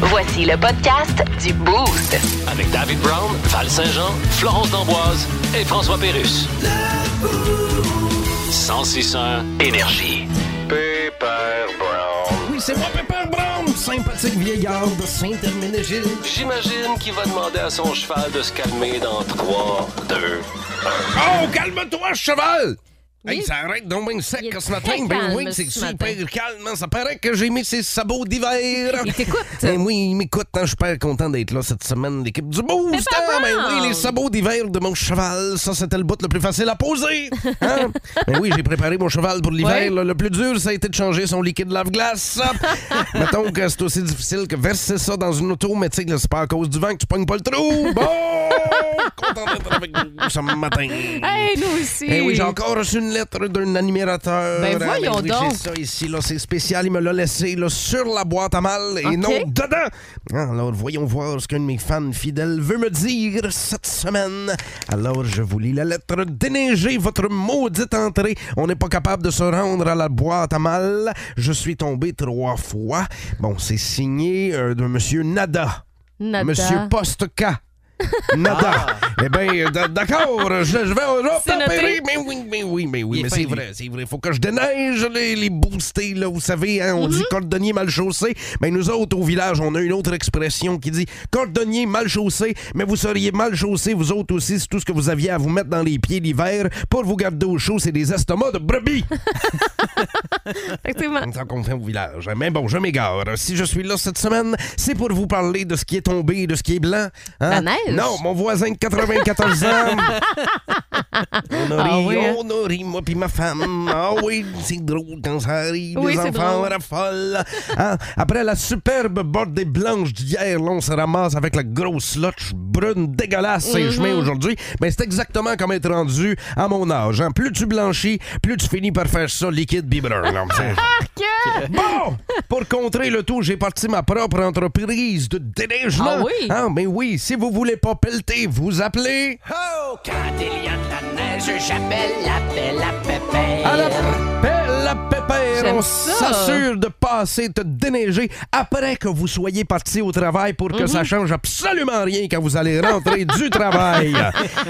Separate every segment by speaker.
Speaker 1: Voici le podcast du Boost.
Speaker 2: Avec David Brown, Val Saint-Jean, Florence D'Amboise et François Pérus. 1061 Énergie.
Speaker 3: Pepper Brown.
Speaker 4: Oui, c'est moi, Pepper Brown, sympathique vieillard de Saint-Herménégil.
Speaker 2: J'imagine qu'il va demander à son cheval de se calmer dans 3, 2.
Speaker 4: Oh, calme-toi, cheval!
Speaker 5: Oui.
Speaker 4: Hey, ça arrête donc bien sec
Speaker 5: Il est
Speaker 4: ce matin.
Speaker 5: très
Speaker 4: Ben
Speaker 5: calme
Speaker 4: oui, c'est
Speaker 5: ce
Speaker 4: super
Speaker 5: matin.
Speaker 4: calme. hein. Ça paraît que j'ai mis ses sabots d'hiver.
Speaker 5: Il t'écoute.
Speaker 4: Ben oui, il m'écoute. hein. Je suis super content d'être là cette semaine. L'équipe du Boost.
Speaker 5: pas
Speaker 4: hein. Ben
Speaker 5: grave.
Speaker 4: oui, les sabots d'hiver de mon cheval. Ça, c'était le bout le plus facile à poser. Hein? ben oui, j'ai préparé mon cheval pour l'hiver.
Speaker 5: Ouais.
Speaker 4: là. Le plus dur, ça a été de changer son liquide lave-glace. Mettons que c'est aussi difficile que verser ça dans une auto, mais tu sais que là, c'est pas à cause du vent que tu pognes pas le trou. Bon! content d'être avec vous ce matin.
Speaker 5: Hey, nous aussi.
Speaker 4: Eh oui, j'ai encore reçu une lettre d'un admirateur.
Speaker 5: Ben
Speaker 4: Ah,
Speaker 5: voyons
Speaker 4: oui,
Speaker 5: donc.
Speaker 4: J'ai ça ici, là, c'est spécial. Il me l'a laissé là, sur la boîte à mal et
Speaker 5: Ok.
Speaker 4: non dedans. Ah, Alors, voyons voir ce qu'un de mes fans fidèles veut me dire cette semaine. Alors, je vous lis la lettre. Déneigez votre maudite entrée. On n'est pas capable de se rendre à la boîte à mal. Je suis tombé trois fois. Bon, c'est signé euh, de Monsieur Nada.
Speaker 5: Nada.
Speaker 4: Monsieur Postka. Nada.
Speaker 6: Ah.
Speaker 4: Eh bien, d'accord, je, je vais au Europe,
Speaker 5: C'est noté.
Speaker 4: Paris. Mais oui, mais oui, mais oui,
Speaker 6: Il est
Speaker 4: mais
Speaker 6: fin,
Speaker 4: c'est
Speaker 6: lui.
Speaker 4: vrai, c'est vrai. Faut que je déneige les, les boostés, là, vous savez, hein, on
Speaker 5: Mm-hmm.
Speaker 4: dit cordonnier mal chaussé. Mais nous autres, au village, on a une autre expression qui dit cordonnier mal chaussé, mais vous seriez mal chaussé, vous autres aussi, c'est tout ce que vous aviez à vous mettre dans les pieds l'hiver pour vous garder au chaud, c'est des estomacs de brebis.
Speaker 5: Effectivement.
Speaker 4: Tant qu'on fait au village. hein. Mais bon, je m'égare. Si je suis là cette semaine, c'est pour vous parler de ce qui est tombé, de ce qui est blanc.
Speaker 5: La
Speaker 4: Hein?
Speaker 5: neige?
Speaker 4: Non, mon voisin de 94 ans. on a
Speaker 5: Ah
Speaker 4: ri,
Speaker 5: oui, hein?
Speaker 4: on a ri, moi puis ma femme. Ah oui, c'est drôle quand ça arrive.
Speaker 5: Oui,
Speaker 4: les
Speaker 5: c'est
Speaker 4: enfants
Speaker 5: drôle.
Speaker 4: raffolent. Hein? Après la superbe bordée blanche d'hier, là, on se ramasse avec la grosse lotche brune dégueulasse ces
Speaker 5: Mm-hmm.
Speaker 4: chemins aujourd'hui. Ben, c'est exactement comme être rendu à mon âge. hein. Plus tu blanchis, plus tu finis par faire ça liquide biberon. là. C'est-
Speaker 5: Ben,
Speaker 4: Bon! Pour contrer le tout, j'ai parti ma propre entreprise de déneigement.
Speaker 5: Ah oui?
Speaker 4: Ah, mais oui, si vous voulez pas pelleter, vous appelez. À la pelle à pépère,
Speaker 5: J'aime
Speaker 4: on
Speaker 5: ça.
Speaker 4: s'assure de passer, de déneiger après que vous soyez parti au travail pour que ça change absolument rien quand vous allez rentrer du travail.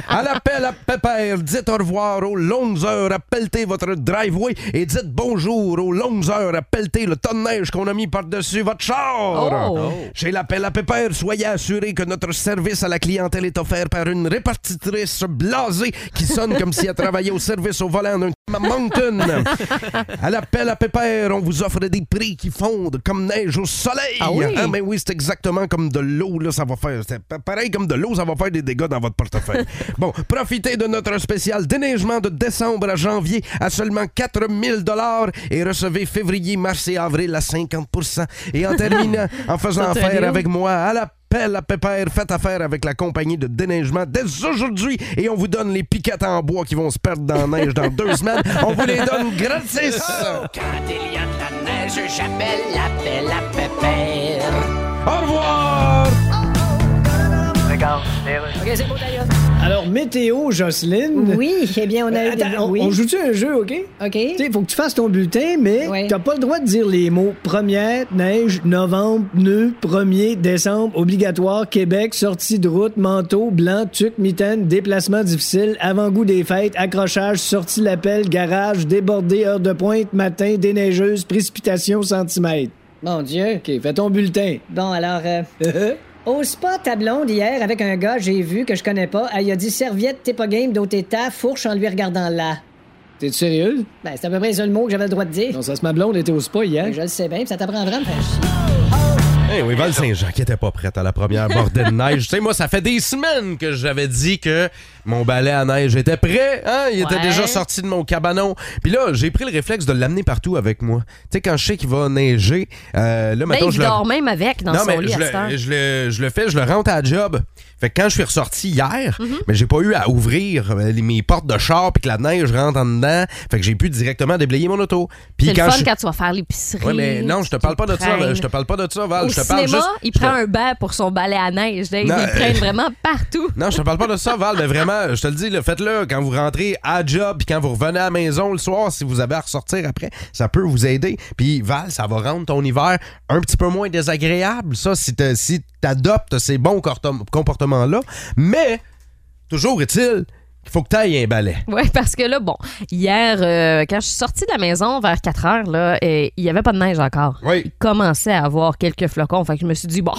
Speaker 4: À la pelle à pépère, dites au revoir aux longues heures à pelleter votre driveway et dites bonjour aux longues heures à pelleter le tonne de neige qu'on a mis par-dessus votre char.
Speaker 5: Oh.
Speaker 4: Chez l'appel à pépère, soyez assurés que notre service à la clientèle est offert par une répartitrice blasée qui sonne comme si elle travaillait au service au volant d'un Tim Mountain. À l'appel à pépère, on vous offre des prix qui fondent comme neige au soleil.
Speaker 5: Ah oui?
Speaker 4: mais oui, c'est exactement comme de l'eau, là, ça va faire. c'est pa- Pareil comme de l'eau, ça va faire des dégâts dans votre portefeuille. bon, profitez de notre spécial déneigement de décembre à janvier à seulement 4000 et recevez février, mars et avril à 50 Et en terminant, en faisant
Speaker 5: Ça, t'as
Speaker 4: affaire
Speaker 5: raison.
Speaker 4: avec moi à la pelle à pépère, faites affaire avec la compagnie de déneigement dès aujourd'hui et on vous donne les piquettes en bois qui vont se perdre dans la neige dans deux semaines. On vous les donne gratis. Au revoir!
Speaker 7: Alors, météo, Jocelyne. Euh,
Speaker 8: Oui, eh bien, on a eu des...
Speaker 7: Attends, on,
Speaker 8: oui.
Speaker 7: on joue-tu un jeu, OK?
Speaker 8: OK.
Speaker 7: Tu sais, faut que tu fasses ton bulletin, mais
Speaker 8: Ouais.
Speaker 7: t'as pas le droit de dire les mots première, neige, novembre, nœud, premier, décembre, obligatoire, Québec, sortie de route, manteau, blanc, tuc, mitaine, déplacement difficile, avant-goût des fêtes, accrochage, sortie de l'appel, garage, débordé, heure de pointe, matin, déneigeuse, précipitation, centimètres.
Speaker 8: Mon Dieu.
Speaker 7: OK, fais ton bulletin.
Speaker 8: Bon, alors, euh, au spa Tablonde, hier, avec un gars, j'ai vu que je connais pas, elle, il a dit serviette, t'es pas game, d'autres états, fourche en lui regardant là.
Speaker 7: T'es-tu sérieuse?
Speaker 8: Ben, c'est à peu près le seul mot que j'avais le droit de dire.
Speaker 7: Non, ça se ma blonde était au spa hier.
Speaker 8: Je le sais bien, puis ça t'apprendra à me faire chier.
Speaker 4: Eh oui, Val Saint-Jean qui était pas prête à la première bordée de neige. tu sais, moi, ça fait des semaines que j'avais dit que mon balai à neige était prêt. Hein? Il était
Speaker 5: Ouais.
Speaker 4: déjà sorti de mon cabanon. Puis là, j'ai pris le réflexe de l'amener partout avec moi. Tu sais, quand je sais qu'il va neiger, euh, là,
Speaker 5: Ben,
Speaker 4: maintenant
Speaker 5: il
Speaker 4: je le...
Speaker 5: dort même avec dans
Speaker 4: non,
Speaker 5: son
Speaker 4: mais
Speaker 5: lit
Speaker 4: je
Speaker 5: à cette heure.
Speaker 4: le, je, le, je le fais, je le rentre à la job. Fait que quand je suis ressorti hier,
Speaker 5: Mhm.
Speaker 4: mais j'ai pas eu à ouvrir euh, les- mes portes de char puis que la neige rentre en dedans. Fait que j'ai pu directement déblayer mon auto. Puis
Speaker 5: C'est le fun
Speaker 4: je-
Speaker 5: quand tu vas faire l'épicerie.
Speaker 4: Ouais, mais non, je te parle pas de ça.
Speaker 5: traînes.
Speaker 4: là. Je te parle pas de ça, Val.
Speaker 5: Au
Speaker 4: je te parle
Speaker 5: cinéma,
Speaker 4: juste.
Speaker 5: il
Speaker 4: je te-
Speaker 5: prend un bain pour son balai à neige. Dave.
Speaker 4: Non,
Speaker 5: il
Speaker 4: euh,
Speaker 5: traîne vraiment partout.
Speaker 4: Non, je te parle pas de ça, Val, mais vraiment vraiment, je te le dis, le faites-le quand vous rentrez à job puis quand vous revenez à la maison le soir, si vous avez à ressortir après, ça peut vous aider. Puis Val, ça va rendre ton hiver un petit peu moins désagréable, ça, si tu si adoptes ces bons cortom- comportements-là. Mais, toujours est-il qu'il faut que tu ailles un balai.
Speaker 5: Oui, parce que là, bon, hier, euh, quand je suis sortie de la maison vers 4 heures, là, euh, il n'y avait pas de neige encore.
Speaker 4: Oui.
Speaker 5: Il commençait à avoir quelques flocons. Fait que je me suis dit, bon,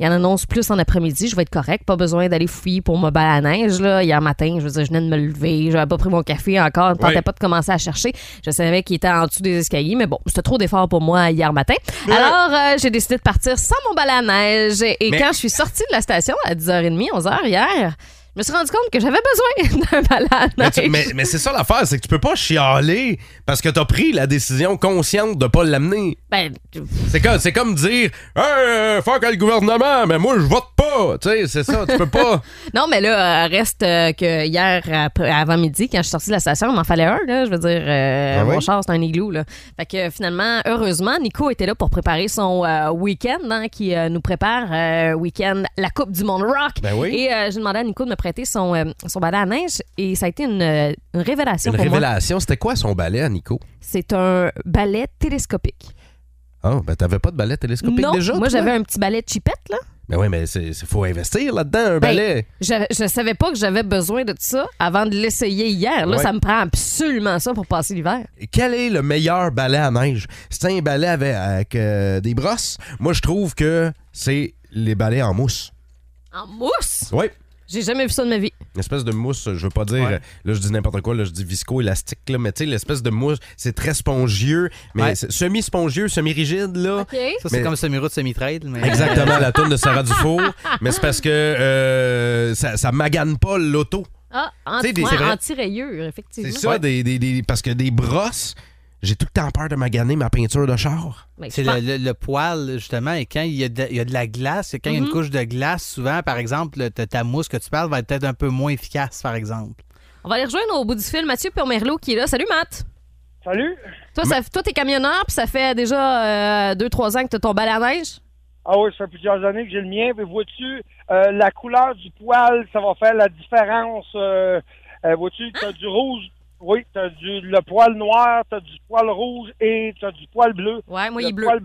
Speaker 5: il y en annonce plus en après-midi, je vais être correct. Pas besoin d'aller fouiller pour me battre à la neige. Là. Hier matin, je veux dire, je venais de me lever, j'avais pas pris mon café encore, je ne tentais
Speaker 4: Oui.
Speaker 5: pas de commencer à chercher. Je savais qu'il était en dessous des escaliers, mais bon, c'était trop d'efforts pour moi hier matin. Alors, euh, j'ai décidé de partir sans mon balai à neige. Et
Speaker 4: Mais-
Speaker 5: quand je suis sortie de la station à 10h30, 11h hier, je me suis rendu compte que j'avais besoin d'un balai à neige.
Speaker 4: Mais, tu- mais- mais c'est ça l'affaire, c'est que tu peux pas chialer parce que t'as pris la décision consciente de pas l'amener.
Speaker 5: Ben,
Speaker 4: C'est comme, c'est comme dire Hey, euh, fuck le gouvernement, mais moi je vote pas. Tu sais, c'est ça, tu peux pas.
Speaker 5: non, mais là, euh, reste euh, que hier, après- avant midi, quand je suis sortie de la station, il m'en fallait un, là. Je veux dire, euh,
Speaker 4: Ah oui?
Speaker 5: mon char, c'est un igloo, là. Fait que euh, finalement, heureusement, Nico était là pour préparer son euh, week-end, hein, qui euh, nous prépare, euh, week-end, la Coupe du Monde Rock.
Speaker 4: Ben oui.
Speaker 5: Et euh, j'ai demandé à Nico de me prêter son, euh, son balai à neige et ça a été une, euh, une révélation
Speaker 4: Une
Speaker 5: pour moi.
Speaker 4: révélation, c'était quoi son balai, Nico?
Speaker 5: C'est un balai télescopique.
Speaker 4: Ah, ben t'avais pas de balai télescopique
Speaker 5: non,
Speaker 4: déjà?
Speaker 5: moi,
Speaker 4: toi?
Speaker 5: j'avais un petit balai de chipette, là.
Speaker 4: Ben oui, mais c'est, c'est- faut investir là-dedans, un
Speaker 5: Ben,
Speaker 4: balai.
Speaker 5: Je, je savais pas que j'avais besoin de ça avant de l'essayer hier. Là,
Speaker 4: Ouais.
Speaker 5: ça me prend absolument ça pour passer l'hiver.
Speaker 4: Quel est le meilleur balai à neige? C'est un balai avec, avec, euh, des brosses. Moi, je trouve que c'est les balais en mousse.
Speaker 5: En mousse!
Speaker 4: Oui.
Speaker 5: J'ai jamais vu ça de ma vie.
Speaker 4: Une espèce de mousse, je veux pas dire, euh,
Speaker 6: Ouais.
Speaker 4: là je dis n'importe quoi, là je dis visco-élastique, là, mais tu sais, l'espèce de mousse, c'est très spongieux, mais
Speaker 6: Ouais.
Speaker 4: c'est semi-spongieux, semi-rigide, là.
Speaker 6: Ça, c'est
Speaker 4: Mais-
Speaker 6: comme semi-route, semi-trade. Mais...
Speaker 4: Exactement, la tourne de Sarah Dufour, mais c'est parce que euh, ça, ça magane pas l'auto.
Speaker 5: Ah,
Speaker 4: Tu sais, des- c'est
Speaker 5: anti- ouais,
Speaker 4: vrai.
Speaker 5: anti-rayures,
Speaker 4: C'est
Speaker 5: effectivement.
Speaker 4: ça, des, des- des- parce que des brosses, j'ai tout le temps peur de maganer ma peinture de char.
Speaker 5: Mais je
Speaker 6: C'est
Speaker 5: pense-
Speaker 6: le, le- le poil, justement, et quand il y a de, il y a de la glace, quand il y a une couche de glace, souvent, par exemple, le- ta, ta mousse que tu parles va être peut-être un peu moins efficace, par exemple.
Speaker 5: On va aller rejoindre au bout du fil Mathieu Permerlo qui est là. Salut, Matt!
Speaker 9: Salut.
Speaker 5: Toi, ça, toi t'es camionneur, puis ça fait déjà 2-3 ans que t'as ton balai à neige.
Speaker 9: Ah oui, ça fait plusieurs années que j'ai le mien. Mais vois-tu, euh, la couleur du poil, ça va faire la différence. Euh, euh, vois-tu, t'as du rouge. Oui, t'as du le poil noir, t'as du poil rouge et t'as du poil bleu.
Speaker 5: Ouais, moi,
Speaker 9: le
Speaker 5: il est bleu.
Speaker 9: Poil,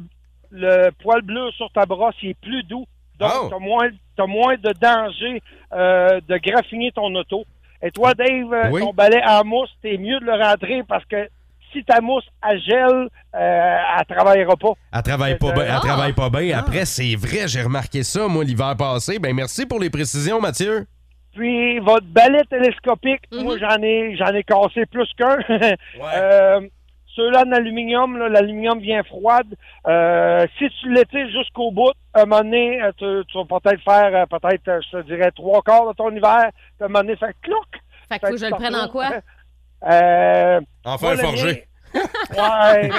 Speaker 9: le poil bleu sur ta brosse, il est plus doux. Donc,
Speaker 4: Oh.
Speaker 9: t'as moins, t'as moins de danger euh, de graffiner ton auto. Et toi, Dave, euh,
Speaker 4: Oui.
Speaker 9: ton balai à mousse, t'es mieux de le rentrer parce que si ta mousse, elle gèle, euh, elle travaillera pas.
Speaker 4: Elle travaille pas
Speaker 9: Euh,
Speaker 4: bien, elle
Speaker 5: ah.
Speaker 4: travaille pas bien. Après, c'est vrai, j'ai remarqué ça, moi, l'hiver passé. Ben merci pour les précisions, Mathieu.
Speaker 9: Puis votre balai télescopique,
Speaker 5: Mhm.
Speaker 9: moi j'en ai j'en ai cassé plus qu'un. Euh, Ceux-là en aluminium, là, l'aluminium vient froide. Euh, si tu l'étais jusqu'au bout, à un moment donné, euh, tu, tu vas peut-être faire euh, peut-être, euh, je te dirais, trois quarts de ton hiver, puis à un moment donné, ça fait clouc.
Speaker 5: Fait que faut que je le prenne en quoi?
Speaker 9: Euh,
Speaker 4: Enfin,
Speaker 9: moi, le
Speaker 4: forgé.
Speaker 9: mien- ouais. euh,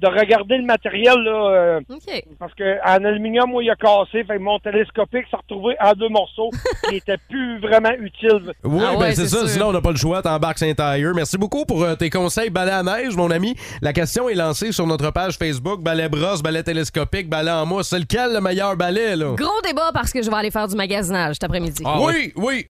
Speaker 9: de regarder le matériel, là, euh,
Speaker 5: OK.
Speaker 9: parce que en aluminium, moi, il a cassé. Fait que mon télescopique s'est retrouvé en deux morceaux. Il était plus vraiment utile.
Speaker 4: Oui,
Speaker 5: Ah
Speaker 4: ben
Speaker 5: ouais,
Speaker 4: c'est
Speaker 5: c'est
Speaker 4: ça.
Speaker 5: sûr.
Speaker 4: Sinon, on n'a pas le choix. T'embarques Saint-Ailleur. Merci beaucoup pour euh, tes conseils. Balai à neige, mon ami. La question est lancée sur notre page Facebook. Balai brosse, balai télescopique, balai en mousse. C'est lequel le meilleur balai, là?
Speaker 5: Gros débat parce que je vais aller faire du magasinage cet après-midi.
Speaker 4: Ah, oui, oui.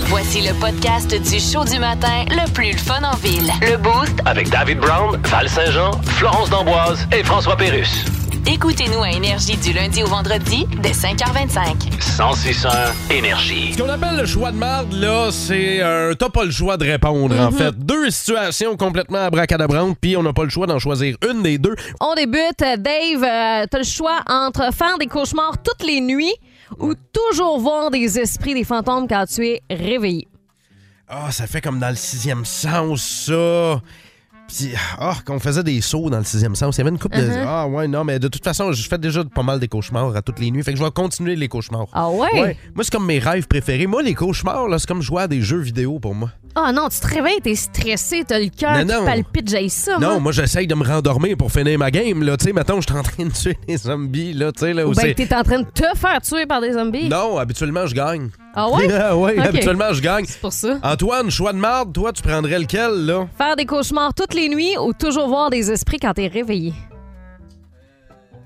Speaker 1: Voici le podcast du show du matin le plus le fun en ville. Le Boost,
Speaker 2: Avec David Brown, Val Saint-Jean, Florence D'Amboise et François Pérus.
Speaker 1: écoutez-nous à Énergie du lundi au vendredi dès 5h25.
Speaker 2: 1061 Énergie.
Speaker 4: Ce qu'on appelle le choix de marde, là, c'est un t'as pas le choix de répondre, en
Speaker 5: Mhm.
Speaker 4: fait. Deux situations complètement abracadabrantes, puis on n'a pas le choix d'en choisir une des deux.
Speaker 5: On débute. Euh, Dave, euh, t'as le choix entre faire des cauchemars toutes les nuits ou toujours voir des esprits, des fantômes quand tu es réveillé.
Speaker 4: Ah, ça fait comme dans le sixième sens, ça. Puis, ah, qu'on faisait des sauts dans le sixième sens. Il y avait une coupe de.
Speaker 5: Uh-huh.
Speaker 4: Ah, ouais, non, mais de toute façon, je fais déjà pas mal des cauchemars à toutes les nuits. Fait que je vais continuer les cauchemars.
Speaker 5: Ah ouais?
Speaker 4: Ouais. Moi, c'est comme mes rêves préférés. Moi, les cauchemars, là, c'est comme jouer à des jeux vidéo pour moi.
Speaker 5: Ah non, tu te réveilles, t'es stressé, t'as le cœur
Speaker 4: Non, non.
Speaker 5: qui palpite, j'ai ça. hein.
Speaker 4: Non,
Speaker 5: moi.
Speaker 4: moi, j'essaye de me rendormir pour finir ma game, là. Tu sais, mettons, je suis en train de tuer des zombies, là, tu sais, là,
Speaker 5: Ou
Speaker 4: où
Speaker 5: bien
Speaker 4: c'est-
Speaker 5: que Ben, t'es en train de te faire tuer par des zombies.
Speaker 4: Non, habituellement, je gagne.
Speaker 5: Ah ouais?
Speaker 4: ouais,
Speaker 5: Ok.
Speaker 4: habituellement, je gagne.
Speaker 5: C'est pour ça.
Speaker 4: Antoine, choix de marde, toi, tu prendrais lequel, là?
Speaker 5: Faire des cauchemars toutes les nuits ou toujours voir des esprits quand t'es réveillé.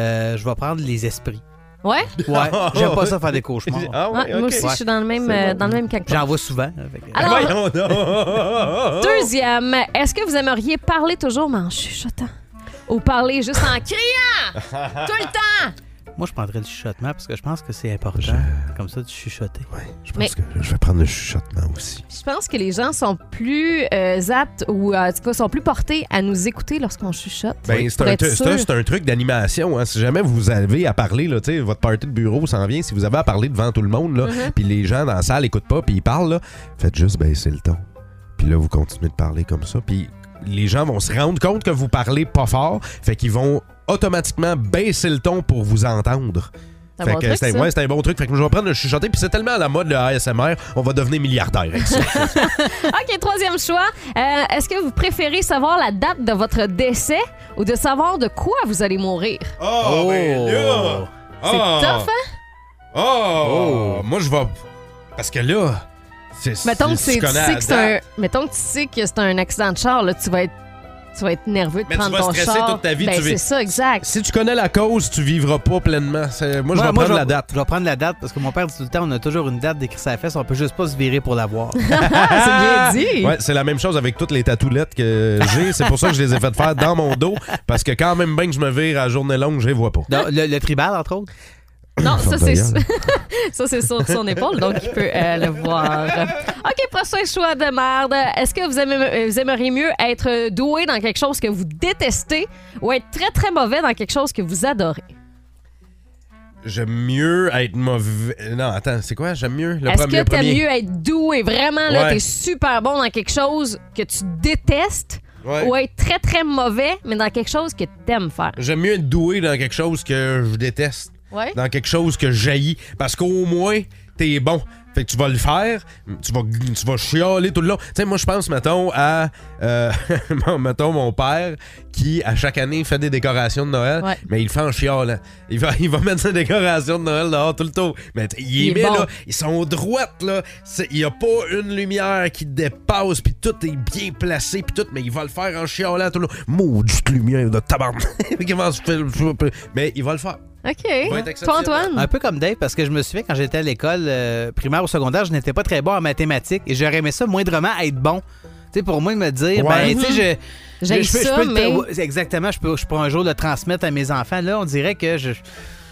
Speaker 6: Euh, je vais prendre les esprits.
Speaker 5: Ouais?
Speaker 6: Ouais, j'aime pas ça faire des cauchemars.
Speaker 4: Ah
Speaker 5: Ah,
Speaker 4: ouais,
Speaker 5: Moi
Speaker 4: ok.
Speaker 5: aussi, je suis
Speaker 6: Ouais.
Speaker 5: dans le même, euh, dans le même quelque part.
Speaker 6: J'en vois souvent. fait que-
Speaker 5: Alors,
Speaker 4: Voyons donc.
Speaker 5: deuxième, est-ce que vous aimeriez parler toujours mais en chuchotant? Ou parler juste en criant? Tout le temps!
Speaker 6: Moi, je prendrais du chuchotement parce que je pense que c'est important, comme ça, de chuchoter.
Speaker 4: Je pense
Speaker 5: Mais-
Speaker 4: que je vais prendre le chuchotement aussi.
Speaker 5: Je pense que les gens sont plus euh, aptes ou euh, en tout cas, sont plus portés à nous écouter lorsqu'on chuchote.
Speaker 4: Ben, c'est
Speaker 5: Pour
Speaker 4: un, tu-
Speaker 5: être
Speaker 4: c'est un-
Speaker 5: sûr.
Speaker 4: c'est un truc d'animation. hein. Si jamais vous avez à parler, là, tu sais, votre party de bureau s'en vient, si vous avez à parler devant tout le monde, là,
Speaker 5: Mm-hmm.
Speaker 4: puis les gens dans la salle n'écoutent pas, puis ils parlent, là, faites juste baisser le ton. Puis là, vous continuez de parler comme ça. Puis les gens vont se rendre compte que vous parlez pas fort, fait qu'ils vont automatiquement baisser le ton pour vous entendre.
Speaker 5: C'est un
Speaker 4: Fait
Speaker 5: bon
Speaker 4: que
Speaker 5: truc,
Speaker 4: c'est un-
Speaker 5: ça.
Speaker 4: ouais, c'est un bon truc. Fait que je vais prendre le chuchoter, puis c'est tellement à la mode le ASMR, on va devenir milliardaire avec ça.
Speaker 5: OK, troisième choix. Euh, Est-ce que vous préférez savoir la date de votre décès ou de savoir de quoi vous allez mourir?
Speaker 4: Oh, ben là!
Speaker 5: C'est
Speaker 4: Ah!
Speaker 5: tough, hein?
Speaker 4: Oh! Moi, je vais. Parce que là. c'est-
Speaker 5: Mettons que,
Speaker 4: si
Speaker 5: c'est-
Speaker 4: tu
Speaker 5: tu
Speaker 4: connais
Speaker 5: sais
Speaker 4: la
Speaker 5: que c'est un,
Speaker 4: date,
Speaker 5: mettons que tu sais que c'est un accident de char, là, tu vas être, tu vas être nerveux de
Speaker 4: Mais tu
Speaker 5: prendre
Speaker 4: vas
Speaker 5: ton
Speaker 4: stresser
Speaker 5: char.
Speaker 4: toute ta vie,
Speaker 5: Ben,
Speaker 4: tu
Speaker 5: c'est
Speaker 4: vas-
Speaker 5: ça, exact.
Speaker 4: Si tu connais la cause, tu vivras pas pleinement. C'est- Moi, je vais
Speaker 6: moi,
Speaker 4: prendre la date.
Speaker 6: Je vais prendre la date parce que mon père dit tout le temps on a toujours une date d'écrit sa fesse, on peut juste pas se virer pour la voir.
Speaker 5: Ah, c'est bien dit.
Speaker 4: Ouais, c'est la même chose avec toutes les tatoulettes que j'ai. C'est pour ça que je les ai fait faire dans mon dos. Parce que quand même, bien que je me vire à journée longue, je les vois pas.
Speaker 6: Non, le, le tribal, entre autres.
Speaker 5: Non, ça c'est
Speaker 4: D'ailleurs.
Speaker 5: ça c'est sur son épaule, donc il peut euh, le voir. Ok, prochain choix de merde. Est-ce que vous, aimez- euh, vous aimeriez mieux être doué dans quelque chose que vous détestez ou être très très mauvais dans quelque chose que vous adorez
Speaker 4: J'aime mieux être mauvais. Non, attends, c'est quoi? J'aime mieux le
Speaker 5: Est-ce
Speaker 4: premier.
Speaker 5: que
Speaker 4: le
Speaker 5: t'aimes
Speaker 4: premier.
Speaker 5: mieux être doué vraiment là,
Speaker 4: Ouais.
Speaker 5: t'es super bon dans quelque chose que tu détestes
Speaker 4: Ouais.
Speaker 5: ou être très très mauvais mais dans quelque chose que t'aimes faire
Speaker 4: J'aime mieux être doué dans quelque chose que je déteste.
Speaker 5: Ouais.
Speaker 4: Dans quelque chose que jaillit. Parce qu'au moins, t'es bon. Fait que tu vas le faire, tu vas, tu vas chialer tout le long. Tu sais, moi, je pense, mettons, à euh, mon- mettons, mon père qui, à chaque année, fait des décorations de Noël,
Speaker 5: Ouais.
Speaker 4: mais il le fait en chialant. Il va, il va mettre ses décorations de Noël dehors tout le temps. Mais t- il
Speaker 5: Il est
Speaker 4: est mis,
Speaker 5: bon.
Speaker 4: là, ils sont droites, là. C'est- Il n'y a pas une lumière qui dépasse, puis tout est bien placé, puis tout, mais il va le faire en chialant tout le long. Maudite lumière de tabarnak. Comment je fais le- Mais il va le faire. va être
Speaker 5: ok
Speaker 4: exceptionnel.
Speaker 5: toi Antoine
Speaker 6: Un peu comme Dave, parce que je me souviens quand j'étais à l'école euh, primaire ou secondaire, je n'étais pas très bon en mathématiques et j'aurais aimé ça moindrement être bon. Tu sais, pour moi, me dire,
Speaker 4: Ouais.
Speaker 6: ben, tu sais, je.
Speaker 4: Ah,
Speaker 5: J'aille
Speaker 6: je peux- je
Speaker 5: Mm-hmm. ça,
Speaker 6: peux le-
Speaker 5: mais-
Speaker 6: ouais, Exactement, je peux, je peux un jour le transmettre à mes enfants. Là, on dirait que je.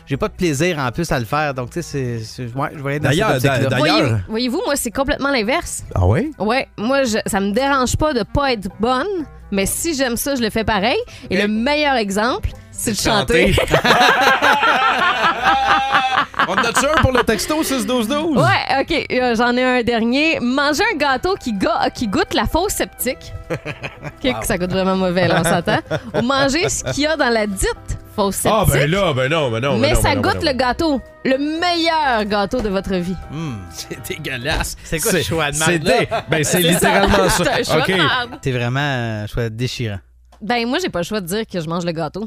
Speaker 6: J'ai pas de plaisir en plus à le faire. Donc, tu sais, c'est. c'est- Ouais, je vais être dans
Speaker 4: D'ailleurs,
Speaker 6: cette optique-là.
Speaker 4: d'ailleurs-
Speaker 5: Voyez- voyez-vous moi c'est complètement l'inverse
Speaker 4: Ah ouais?
Speaker 5: Ouais, moi, je, ça me dérange pas de pas être bonne, mais si j'aime ça, je le fais pareil. Et
Speaker 4: Ok.
Speaker 5: le meilleur exemple, c'est de chanter.
Speaker 4: On en a-tu un pour le texto 6-12-12?
Speaker 5: Ouais, ok, euh, j'en ai un dernier. Manger un gâteau qui, go- qui goûte la fausse sceptique. Ok, que Ça goûte vraiment mauvais, là, on s'entend. Ou manger ce qu'il y a dans la dite fausse sceptique.
Speaker 4: Ah ben là, ben non, ben non. ben
Speaker 5: mais
Speaker 4: non,
Speaker 5: ça
Speaker 4: ben non, ben
Speaker 5: goûte
Speaker 4: non.
Speaker 5: le gâteau, le meilleur gâteau de votre vie.
Speaker 4: C'est dégueulasse.
Speaker 6: C'est quoi ce choix de
Speaker 4: c'est
Speaker 6: merde, là?
Speaker 4: dé- Ben c'est littéralement ça.
Speaker 5: C'est un choix de
Speaker 4: OK.
Speaker 5: merde.
Speaker 6: T'es vraiment euh, je trouve, déchirant.
Speaker 5: Ben moi, j'ai pas le choix de dire que je mange le gâteau.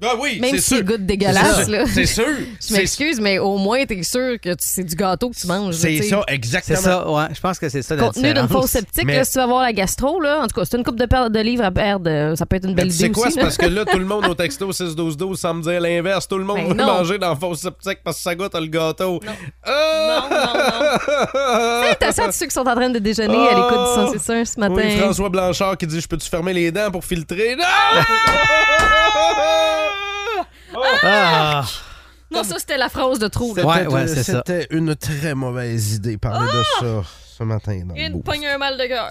Speaker 4: Ben oui,
Speaker 5: Même
Speaker 4: c'est
Speaker 5: s'il
Speaker 4: sûr.
Speaker 5: goûte dégueulasse, là.
Speaker 4: C'est sûr.
Speaker 5: Je
Speaker 4: C'est
Speaker 5: m'excuse, mais au moins, t'es sûr que tu- c'est du gâteau que tu manges. là,
Speaker 4: c'est
Speaker 5: tu sais.
Speaker 4: ça,
Speaker 6: C'est
Speaker 4: exactement.
Speaker 6: ça, ouais. Je pense que c'est ça la
Speaker 5: Contenu d'une
Speaker 6: différence.
Speaker 5: fausse sceptique,
Speaker 4: Mais-
Speaker 5: là, si tu vas voir la gastro, là. En tout cas, c'est une coupe de, paire de livres à perdre. euh, Ça peut être une belle
Speaker 4: Tu sais
Speaker 5: idée
Speaker 4: quoi?
Speaker 5: aussi.
Speaker 4: C'est
Speaker 5: là.
Speaker 4: parce que là, tout le monde au texto 6-12-12 semble dire l'inverse. Tout le monde
Speaker 5: Ben
Speaker 4: veut
Speaker 5: non.
Speaker 4: manger dans la fausse sceptique parce que ça goûte le gâteau.
Speaker 5: Non, non, non.
Speaker 4: Ah!
Speaker 5: T'as ça de ceux qui sont en train de déjeuner à l'écoute du sens, c'est sûr, ce matin.
Speaker 4: Oui, François Blanchard qui dit Je peux-tu fermer les dents pour filtrer Non
Speaker 6: Ah!
Speaker 5: Non, ça, c'était la phrase de trop, là.
Speaker 6: Ouais, ouais, c'est ça.
Speaker 4: C'était une très mauvaise idée parler de ça ce matin. Dans le
Speaker 5: Une
Speaker 4: boost.
Speaker 5: pogne, un mal de cœur.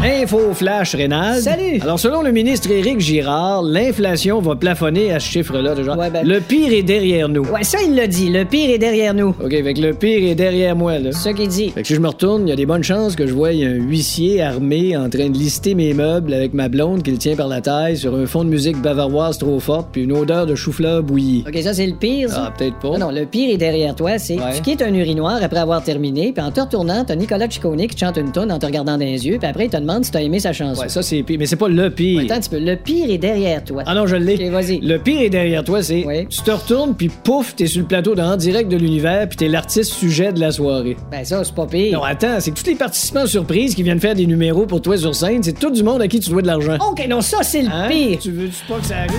Speaker 7: Info flash rénal.
Speaker 8: Salut.
Speaker 7: Alors selon le ministre Éric Girard, l'inflation va plafonner à ce chiffre-là de genre.
Speaker 8: Ouais, ben-
Speaker 7: Le pire est derrière nous.
Speaker 8: Ouais, ça, il l'a dit. Le pire est derrière nous.
Speaker 7: OK, fait que le pire est derrière moi là.
Speaker 8: C'est ça qu'il dit.
Speaker 7: Fait que si je me retourne, il y a des bonnes chances que je voie un huissier armé en train de lister mes meubles avec ma blonde qui le tient par la taille sur un fond de musique bavaroise trop forte puis une odeur de chou-fleur bouilli.
Speaker 8: OK, ça, c'est le pire, ça.
Speaker 7: Ah, peut-être pas.
Speaker 8: Non, non, le pire est derrière toi, c'est
Speaker 7: Ouais.
Speaker 8: tu quittes un urinoir après avoir terminé, puis en te retournant, t'as Nicolas Ciccone qui te chante une tonne en te regardant dans les yeux, puis après, il te demande si t'as aimé sa chanson.
Speaker 7: Ouais, ça, c'est pire. Mais c'est pas le pire.
Speaker 8: Attends un petit peu. Le pire est derrière toi.
Speaker 7: Ah non, je l'ai.
Speaker 8: Ok, vas-y.
Speaker 7: Le pire est derrière toi, c'est.
Speaker 8: Oui.
Speaker 7: Tu te retournes, puis pouf, t'es sur le plateau de En direct de l'univers, puis t'es l'artiste sujet de la soirée.
Speaker 8: Ben ça, c'est pas pire.
Speaker 7: Non, attends, c'est que tous les participants surprises qui viennent faire des numéros pour toi sur scène, c'est tout du monde à qui tu dois de l'argent.
Speaker 8: OK, non, ça, c'est le
Speaker 7: Hein?
Speaker 8: Oh, pire.
Speaker 7: Tu veux-tu pas que ça arrive?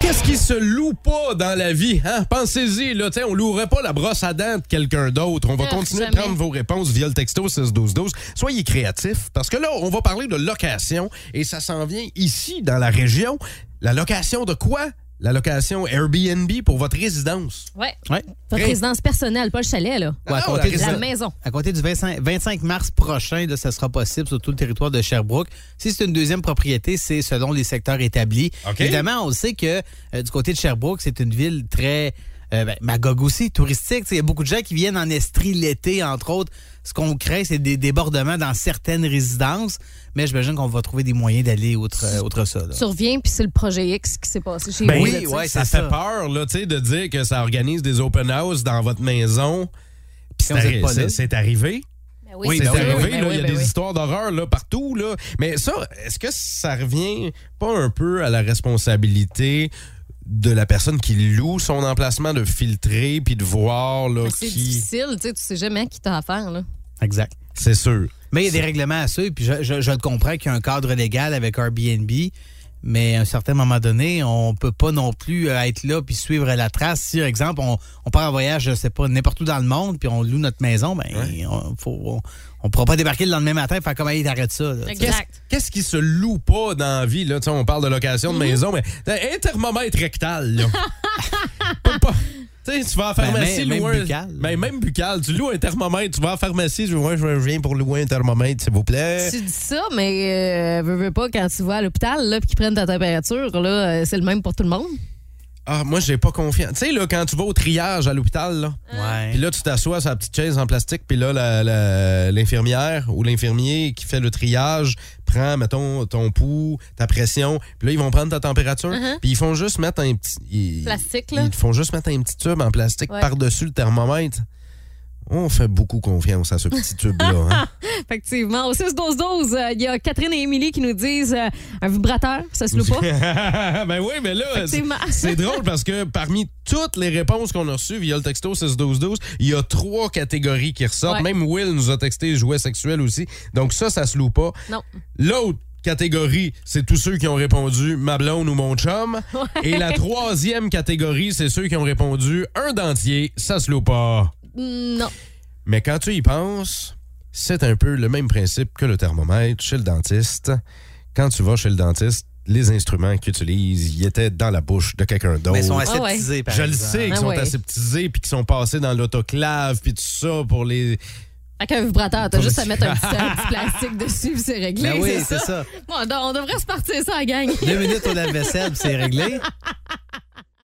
Speaker 4: Qu'est-ce qui se loue pas dans la vie? Hein? Pensez-y, là, tiens, on louerait pas la brosse à dents de quelqu'un d'autre. On va
Speaker 5: Ah,
Speaker 4: continuer de
Speaker 5: jamais.
Speaker 4: prendre vos réponses via le texto 61212. Soyez créatifs, parce que là, on va parler de location et ça s'en vient ici, dans la région. La location de quoi? La location Airbnb pour votre résidence.
Speaker 5: Ouais.
Speaker 6: Ouais.
Speaker 5: Votre
Speaker 4: Hey.
Speaker 5: résidence personnelle, pas le chalet, là.
Speaker 6: Ouais, à,
Speaker 4: Ah, la
Speaker 6: compter du,
Speaker 5: Ah, La
Speaker 4: résidence.
Speaker 5: maison.
Speaker 6: à compter du 25, 25 mars prochain, là, ça sera possible sur tout le territoire de Sherbrooke. Si c'est une deuxième propriété, c'est selon les secteurs établis.
Speaker 4: OK.
Speaker 6: Évidemment, on sait que euh, du côté de Sherbrooke, c'est une ville très euh, ben, Magog aussi, touristique. Tu sais, Il y a beaucoup de gens qui viennent en Estrie l'été, entre autres. Ce qu'on craint, c'est des débordements dans certaines résidences, mais j'imagine qu'on va trouver des moyens d'aller outre, euh, outre ça. là.
Speaker 5: Tu reviens, puis c'est le projet X qui s'est passé chez
Speaker 4: Ben
Speaker 5: vous.
Speaker 6: oui,
Speaker 5: là, tu sais.
Speaker 6: ouais,
Speaker 4: ça
Speaker 6: c'est
Speaker 4: fait
Speaker 6: ça.
Speaker 4: peur là, tu sais, de dire que ça organise des open house dans votre maison. Puis
Speaker 6: Quand vous
Speaker 4: c'est
Speaker 6: êtes pas
Speaker 4: c'est-
Speaker 6: là.
Speaker 4: c'est arrivé.
Speaker 5: Ben
Speaker 6: ben
Speaker 4: c'est
Speaker 6: oui,
Speaker 4: arrivé.
Speaker 5: ben
Speaker 4: là,
Speaker 5: oui,
Speaker 4: il y a
Speaker 5: ben
Speaker 4: des
Speaker 5: oui.
Speaker 4: histoires d'horreur là, partout. Là. Mais ça, est-ce que ça revient pas un peu à la responsabilité de la personne qui loue son emplacement de filtrer puis de voir là,
Speaker 5: Mais Ah, C'est
Speaker 4: qui.
Speaker 5: difficile, tu sais, tu sais jamais à qui t'as affaire, là.
Speaker 6: Exact.
Speaker 4: C'est sûr.
Speaker 6: Mais il y a des règlements à suivre, puis je, je- je le comprends qu'il y a un cadre légal avec Airbnb, mais à un certain moment donné, on peut pas non plus euh, être là puis suivre la trace. Si, par exemple, on, on part en voyage, je sais pas, n'importe où dans le monde, puis on loue notre maison, ben, on, faut, on, on pourra pas débarquer le lendemain matin et faire comme, hey, t'arrêtes ça. là, tu sais.
Speaker 4: Qu'est-ce qu'est-ce qui se loue pas dans la vie? Là? Tu sais, On parle de location
Speaker 6: Mhm.
Speaker 4: de maison, mais t'as un thermomètre rectal. Là. Pas- pas- tu sais, tu vas en
Speaker 6: Ben,
Speaker 4: pharmacie,
Speaker 6: même-
Speaker 4: louer
Speaker 6: même
Speaker 4: un-
Speaker 6: buccal.
Speaker 4: Ben, même buccal. Tu loues un thermomètre. Tu vas en pharmacie, je, ouais, je viens pour louer un thermomètre, s'il vous plaît.
Speaker 5: Tu dis ça, mais euh, veux, veux pas, quand tu vas à l'hôpital, là, puis qu'ils prennent ta température, là, euh, c'est le même pour tout le monde.
Speaker 4: Ah, moi, j'ai pas confiance. Tu sais, là, quand tu vas au triage à l'hôpital, là,
Speaker 6: Ouais.
Speaker 4: puis là, tu t'assois sur la petite chaise en plastique, puis là, la- la- l'infirmière ou l'infirmier qui fait le triage prend, mettons, ton pouls, ta pression, puis là, ils vont prendre ta température, puis ils font juste mettre un petit. ils-
Speaker 5: Uh-huh. Plastique, là.
Speaker 4: Ils te font juste mettre un petit tube en plastique
Speaker 5: Ouais.
Speaker 4: par-dessus le thermomètre. On fait beaucoup confiance à ce petit tube-là. hein.
Speaker 5: Effectivement. Au 6-12-12, euh, il y a Catherine et Émilie qui nous disent euh, un vibrateur, ça se loue pas.
Speaker 4: ben oui, mais là, c'est-
Speaker 5: Effectivement.
Speaker 4: c'est drôle parce que parmi toutes les réponses qu'on a reçues via le texto 61212, il y a trois catégories qui ressortent.
Speaker 5: Ouais.
Speaker 4: Même Will nous a texté jouets sexuels aussi. Donc ça, ça se loue pas.
Speaker 5: Non.
Speaker 4: L'autre catégorie, c'est tous ceux qui ont répondu ma blonde ou mon chum. Et la troisième catégorie, c'est ceux qui ont répondu un dentier, ça se loue pas.
Speaker 5: Non.
Speaker 4: Mais quand tu y penses, c'est un peu le même principe que le thermomètre chez le dentiste. Quand tu vas chez le dentiste, les instruments qu'ils utilisent, ils étaient dans la bouche de quelqu'un d'autre.
Speaker 6: Mais ils sont
Speaker 5: Ah ouais.
Speaker 6: aseptisés, par
Speaker 4: Oh. Je le
Speaker 6: exemple.
Speaker 4: sais, qu'ils
Speaker 5: Ah
Speaker 4: sont
Speaker 5: ouais.
Speaker 4: aseptisés, puis qu'ils sont passés dans l'autoclave, puis tout ça pour les...
Speaker 5: Avec un vibrateur, t'as juste à mettre un petit, un petit plastique dessus, puis c'est réglé.
Speaker 6: Ben oui,
Speaker 5: c'est ça.
Speaker 6: c'est ça.
Speaker 5: Bon, on on devrait se partir ça, la gang.
Speaker 6: Deux minutes au lave-vaisselle, puis c'est réglé.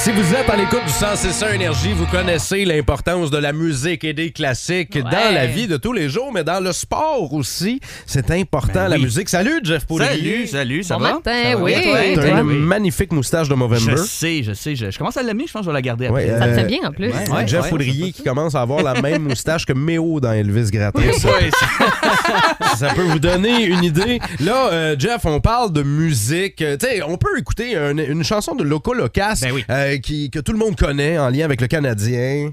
Speaker 4: Si vous êtes à l'écoute du 161 Énergie, vous connaissez l'importance de la musique et des classiques dans la vie de tous les jours, mais dans le sport aussi, c'est important, la musique. Ben Salut, Jeff Poirier.
Speaker 10: salut, Ah, ça
Speaker 5: bon matin, oui.
Speaker 4: T'as
Speaker 5: toi?
Speaker 4: une magnifique moustache de Movember.
Speaker 10: sais, je sais. Je, commence à l'aimer, je pense que je vais la garder
Speaker 4: Ouais,
Speaker 5: Ça te
Speaker 4: euh,
Speaker 5: fait bien, en plus.
Speaker 4: Ouais, Jeff
Speaker 10: ouais,
Speaker 4: Foudrier qui commence à avoir la même moustache que Méo dans Elvis Gratté. Ça, ça peut vous donner une idée. Là, euh, Jeff, on parle de musique. Euh, tu sais, on peut écouter un- une chanson de Loco Locas
Speaker 10: Ben oui.
Speaker 4: euh, qui, que tout le monde connaît en lien avec le Canadien.